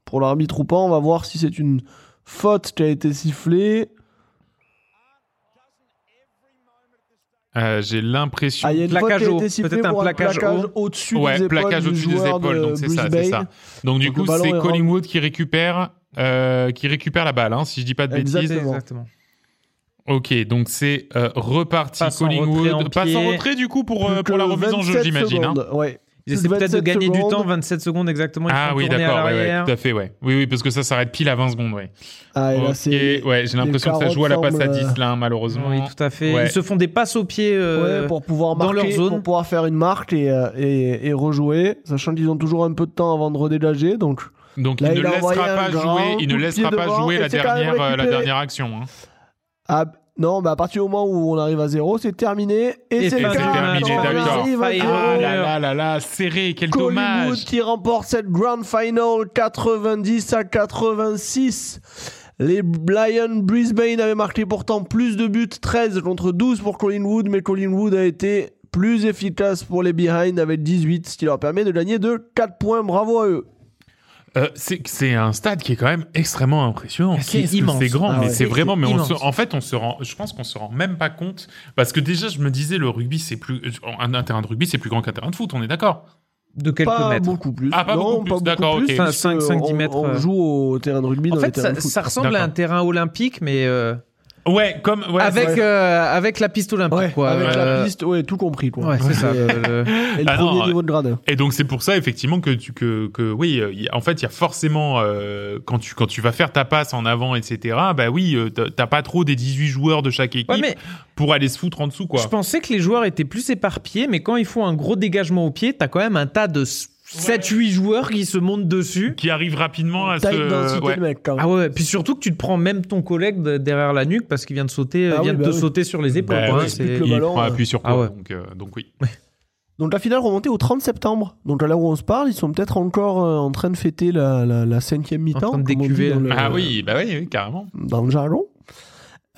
Speaker 1: pour l'arbitre ou pas On va voir si c'est une faute qui a été sifflée.
Speaker 3: euh, j'ai l'impression.
Speaker 1: Ah, il y a une faute
Speaker 4: Plaquage
Speaker 1: qui a
Speaker 4: haut.
Speaker 1: été sifflée
Speaker 4: Peut-être un
Speaker 1: pour
Speaker 4: plaquage haut.
Speaker 1: au-dessus des
Speaker 3: ouais,
Speaker 1: épaules
Speaker 3: plaquage
Speaker 1: du
Speaker 3: au-dessus des
Speaker 1: joueur
Speaker 3: épaules,
Speaker 1: de
Speaker 3: donc c'est ça, c'est
Speaker 1: Brisbane.
Speaker 3: ça. Donc du
Speaker 1: Donc, le
Speaker 3: coup,
Speaker 1: ballon
Speaker 3: c'est
Speaker 1: est rendu.
Speaker 3: Collingwood qui récupère, euh, qui récupère la balle, hein, si je dis pas de bêtises.
Speaker 1: Exactement.
Speaker 3: Ok, donc c'est euh, reparti
Speaker 4: Passe en
Speaker 3: Collingwood.
Speaker 4: retrait en
Speaker 3: passe en
Speaker 4: pied.
Speaker 3: retrait du coup pour,
Speaker 1: Plus
Speaker 3: euh, pour
Speaker 1: que
Speaker 3: la remise en jeu,
Speaker 1: 27
Speaker 3: j'imagine. hein.
Speaker 1: secondes, ouais.
Speaker 4: Ils essaient peut-être de
Speaker 1: 27
Speaker 4: gagner du
Speaker 1: secondes.
Speaker 4: temps, 27 secondes exactement. Ils
Speaker 3: Ah
Speaker 4: font
Speaker 3: oui,
Speaker 4: tourner à
Speaker 3: d'accord, ouais, ouais,
Speaker 4: l'arrière.
Speaker 3: tout à fait, ouais. Oui, oui, parce que ça s'arrête pile à 20 secondes, ouais.
Speaker 1: Ah, et là,
Speaker 3: Ok,
Speaker 1: c'est.
Speaker 3: ouais, j'ai
Speaker 1: les
Speaker 3: l'impression que ça
Speaker 1: carottes
Speaker 3: joue à la passe à
Speaker 1: forment,
Speaker 3: 10,
Speaker 1: euh,
Speaker 3: là, hein, malheureusement.
Speaker 4: Oui, tout à fait.
Speaker 3: Ouais.
Speaker 4: Ils se font des passes au pied. euh,
Speaker 1: Ouais, pour pouvoir
Speaker 4: dans
Speaker 1: marquer,
Speaker 4: leur zone.
Speaker 1: pour pouvoir faire une marque et, euh, et, et rejouer, sachant qu'ils ont toujours un peu de temps avant de redégager, donc
Speaker 3: Donc
Speaker 1: Là,
Speaker 3: il ne
Speaker 1: il a
Speaker 3: laissera
Speaker 1: envoyé un
Speaker 3: pas
Speaker 1: grand
Speaker 3: jouer, il ne
Speaker 1: coup de
Speaker 3: laissera
Speaker 1: pied
Speaker 3: pas
Speaker 1: devant,
Speaker 3: jouer
Speaker 1: et
Speaker 3: la
Speaker 1: c'est quand même
Speaker 3: dernière, euh, la
Speaker 1: récupéré.
Speaker 3: dernière action. hein.
Speaker 1: Ah, b- non, bah à partir du moment où on arrive à zéro, c'est terminé. Et,
Speaker 4: Et
Speaker 1: c'est
Speaker 4: c'est
Speaker 1: le cas.
Speaker 3: terminé,
Speaker 1: on
Speaker 3: d'accord.
Speaker 1: arrive à
Speaker 4: Et
Speaker 1: zéro.
Speaker 3: Ah
Speaker 4: ouais.
Speaker 3: là là là là, serré, quel
Speaker 1: Collingwood
Speaker 3: dommage.
Speaker 1: qui remporte cette Grand Final 90 à 86. Les Lions Brisbane avaient marqué pourtant plus de buts, 13 contre 12 pour Collingwood, mais Collingwood a été plus efficace pour les Behind avec 18, ce qui leur permet de gagner de 4 points. Bravo à eux.
Speaker 3: Euh, c'est c'est un stade qui est quand même extrêmement impressionnant.
Speaker 4: C'est
Speaker 3: Qu'est-ce que
Speaker 4: immense.
Speaker 3: C'est grand,
Speaker 1: Ah
Speaker 3: mais
Speaker 1: ouais.
Speaker 3: c'est vraiment. Mais on se-
Speaker 4: immense.
Speaker 3: en fait, on se rend. Je pense qu'on se rend même pas compte parce que déjà, je me disais, le rugby, c'est plus euh, un, un terrain de rugby, c'est plus grand qu'un terrain de foot. On est d'accord.
Speaker 4: de quelques
Speaker 1: Pas
Speaker 4: mètres.
Speaker 1: beaucoup plus.
Speaker 3: Ah, pas
Speaker 1: Non,
Speaker 3: beaucoup plus, d'accord, ok.
Speaker 1: parce
Speaker 4: Enfin, cinq-
Speaker 1: que
Speaker 4: cinq, dix
Speaker 1: on-
Speaker 4: mètres,
Speaker 1: On,
Speaker 4: euh.
Speaker 1: joue au terrain de rugby
Speaker 4: En
Speaker 1: dans les
Speaker 4: fait,
Speaker 1: terrains
Speaker 4: ça,
Speaker 1: de foot.
Speaker 4: ça ressemble à un
Speaker 3: D'accord.
Speaker 4: terrain olympique, mais euh,
Speaker 3: Ouais, comme ouais,
Speaker 4: avec,
Speaker 1: ouais.
Speaker 4: euh, avec la piste olympique.
Speaker 1: Ouais,
Speaker 4: quoi.
Speaker 1: avec
Speaker 4: Euh,
Speaker 1: la piste, ouais, tout compris quoi.
Speaker 4: Ouais, c'est ça.
Speaker 1: Et,
Speaker 4: euh, le-
Speaker 1: et le
Speaker 3: Ah non,
Speaker 1: premier
Speaker 3: ouais.
Speaker 1: niveau de grade.
Speaker 3: Et donc c'est pour ça effectivement que tu que, que oui euh, y- en fait il y a forcément euh, quand tu quand tu vas faire ta passe en avant etc bah oui euh, t'as- t'as pas trop des 18 joueurs de chaque équipe
Speaker 4: Ouais, mais
Speaker 3: pour aller se foutre en dessous quoi.
Speaker 4: Je pensais que les joueurs étaient plus éparpillés, mais quand ils font un gros dégagement au pied, t'as quand même un tas de 7-8 joueurs qui se montent dessus.
Speaker 3: Qui arrive rapidement à
Speaker 1: Taille
Speaker 3: se
Speaker 1: densité
Speaker 3: ouais.
Speaker 1: de mec quand même.
Speaker 4: Ah ouais, puis surtout que tu te prends même ton collègue de- derrière la nuque parce qu'il vient de sauter, euh,
Speaker 1: Ah
Speaker 4: vient
Speaker 1: oui,
Speaker 4: de
Speaker 1: bah
Speaker 4: te
Speaker 1: oui.
Speaker 4: sauter sur les épaules.
Speaker 3: Bah
Speaker 4: quoi,
Speaker 3: oui,
Speaker 4: hein, c'est-
Speaker 1: le
Speaker 3: il
Speaker 1: ballon,
Speaker 3: prend
Speaker 1: euh.
Speaker 3: appui sur toi
Speaker 4: Ah ouais.
Speaker 3: donc euh, donc oui.
Speaker 1: Donc la finale remontée au 30 septembre. Donc à l'heure où on se parle, ils sont peut-être encore euh, en train de fêter la, la, la cinquième mi-temps.
Speaker 4: train de
Speaker 1: comme on dit
Speaker 4: décuver,
Speaker 1: dans le-
Speaker 3: Ah oui bah oui, oui, carrément.
Speaker 1: Dans le jargon.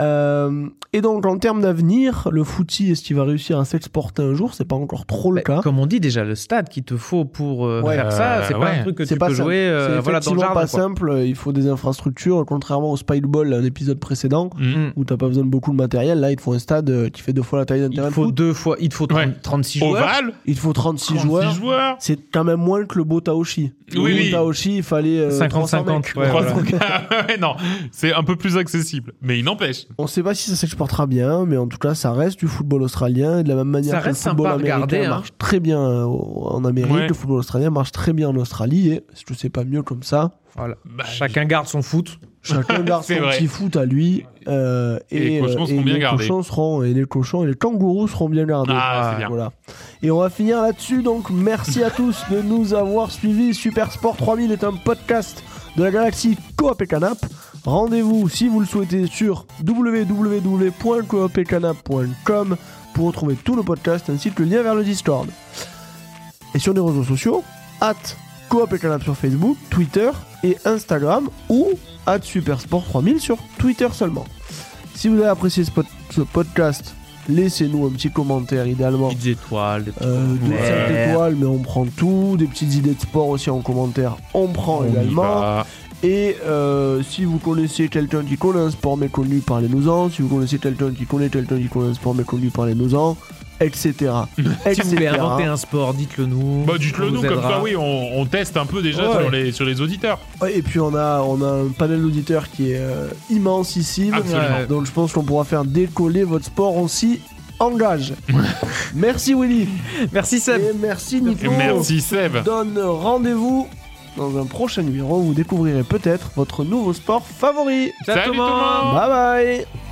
Speaker 1: Euh, et donc en termes d'avenir, le footy, est-ce qu'il va réussir à s'exporter un jour C'est pas encore trop le
Speaker 4: Bah,
Speaker 1: cas.
Speaker 4: comme on dit déjà, le stade qu'il te faut pour euh,
Speaker 1: Ouais.
Speaker 4: faire ça, c'est
Speaker 3: Euh,
Speaker 4: pas
Speaker 3: ouais.
Speaker 4: un truc que
Speaker 1: C'est
Speaker 4: tu
Speaker 1: pas
Speaker 4: peux
Speaker 1: simple.
Speaker 4: jouer euh,
Speaker 1: c'est
Speaker 4: voilà, dans le
Speaker 1: effectivement
Speaker 4: jardin.
Speaker 1: pas
Speaker 4: quoi.
Speaker 1: simple. euh, Il faut des infrastructures, contrairement au Spikeball, un épisode précédent
Speaker 3: Mm.
Speaker 4: Mm.
Speaker 1: où t'as pas besoin de beaucoup de matériel. Là, il te faut un stade euh, qui fait deux fois la taille d'un terrain
Speaker 4: Il
Speaker 1: de
Speaker 4: faut
Speaker 1: foot.
Speaker 4: deux fois, il te faut trente-
Speaker 3: Ouais.
Speaker 4: 36 joueurs.
Speaker 3: Ovale
Speaker 1: Il te faut 36,
Speaker 3: 36
Speaker 1: joueurs.
Speaker 3: joueurs,
Speaker 1: C'est quand même moins que le beau Taoshi. le
Speaker 3: Oui,
Speaker 1: beau
Speaker 3: oui.
Speaker 1: Taoshi, il fallait euh, 300 mecs.
Speaker 4: 50-50. ouais,
Speaker 3: 300.
Speaker 4: voilà.
Speaker 3: Ah, Ouais, non c'est un peu plus accessible mais il n'empêche.
Speaker 1: On sait pas si ça s'exportera bien, mais en tout cas, ça reste du football australien. Et de la même manière
Speaker 4: Ça
Speaker 1: que le
Speaker 4: reste sympa
Speaker 1: football
Speaker 4: à
Speaker 1: américain
Speaker 4: regarder, hein.
Speaker 1: marche très bien euh, au- en Amérique,
Speaker 3: Ouais.
Speaker 1: le football australien marche très bien en Australie. Et si tu sais pas mieux comme ça,
Speaker 4: Voilà.
Speaker 3: Bah,
Speaker 4: Chacun garde son foot.
Speaker 1: chacun garde son
Speaker 3: C'est vrai.
Speaker 1: petit foot à lui. euh,
Speaker 3: Et les
Speaker 1: et, euh,
Speaker 3: cochons seront
Speaker 1: et
Speaker 3: bien
Speaker 1: les
Speaker 3: gardés.
Speaker 1: cochons seront- et les cochons et les kangourous seront bien gardés.
Speaker 3: Ah, c'est bien.
Speaker 1: Voilà. Et on va finir là-dessus. Donc, merci à tous de nous avoir suivis. Super Sport 3000 est un podcast de la galaxie Coop et Canap. Rendez-vous, si vous le souhaitez, sur www.coopetcanap.com pour retrouver tout le podcast ainsi que le lien vers le Discord. Et sur les réseaux sociaux, at Coop et Canap sur Facebook, Twitter et Instagram ou at Supersport 3000 sur Twitter seulement. Si vous avez apprécié ce, pod- ce podcast, laissez-nous un petit commentaire idéalement.
Speaker 4: Petites étoiles, des petits
Speaker 1: Euh, deux,
Speaker 4: commentaires.
Speaker 1: cinq étoiles, mais on prend tout. Des petites idées de sport aussi en commentaire, on prend
Speaker 3: on y
Speaker 1: également.
Speaker 3: va.
Speaker 1: Et euh, si vous connaissez quelqu'un qui connaît un sport méconnu, parlez-nous-en. Si vous connaissez quelqu'un qui connaît quelqu'un qui connaît un sport méconnu, parlez-nous-en, etc.
Speaker 4: Si vous voulez
Speaker 1: etc.
Speaker 4: inventer un sport, dites-le nous.
Speaker 3: Bah dites-le
Speaker 4: On
Speaker 3: nous
Speaker 4: vous
Speaker 3: comme
Speaker 4: aidera.
Speaker 3: ça oui on, on teste un peu déjà
Speaker 1: Ouais.
Speaker 3: sur les sur les auditeurs.
Speaker 1: Ouais, Et puis on a, on a un panel d'auditeurs qui est euh, immense ici.
Speaker 3: Absolument.
Speaker 1: Donc je pense qu'on pourra faire décoller votre sport. On s'y engage. merci Willy.
Speaker 4: Merci Seb.
Speaker 1: Et merci
Speaker 3: Et
Speaker 4: Oh.
Speaker 1: Nico.
Speaker 3: Merci Seb.
Speaker 1: Donne rendez-vous dans un prochain numéro où vous découvrirez peut-être votre nouveau sport favori.
Speaker 3: Salut tout le monde.
Speaker 1: Bye bye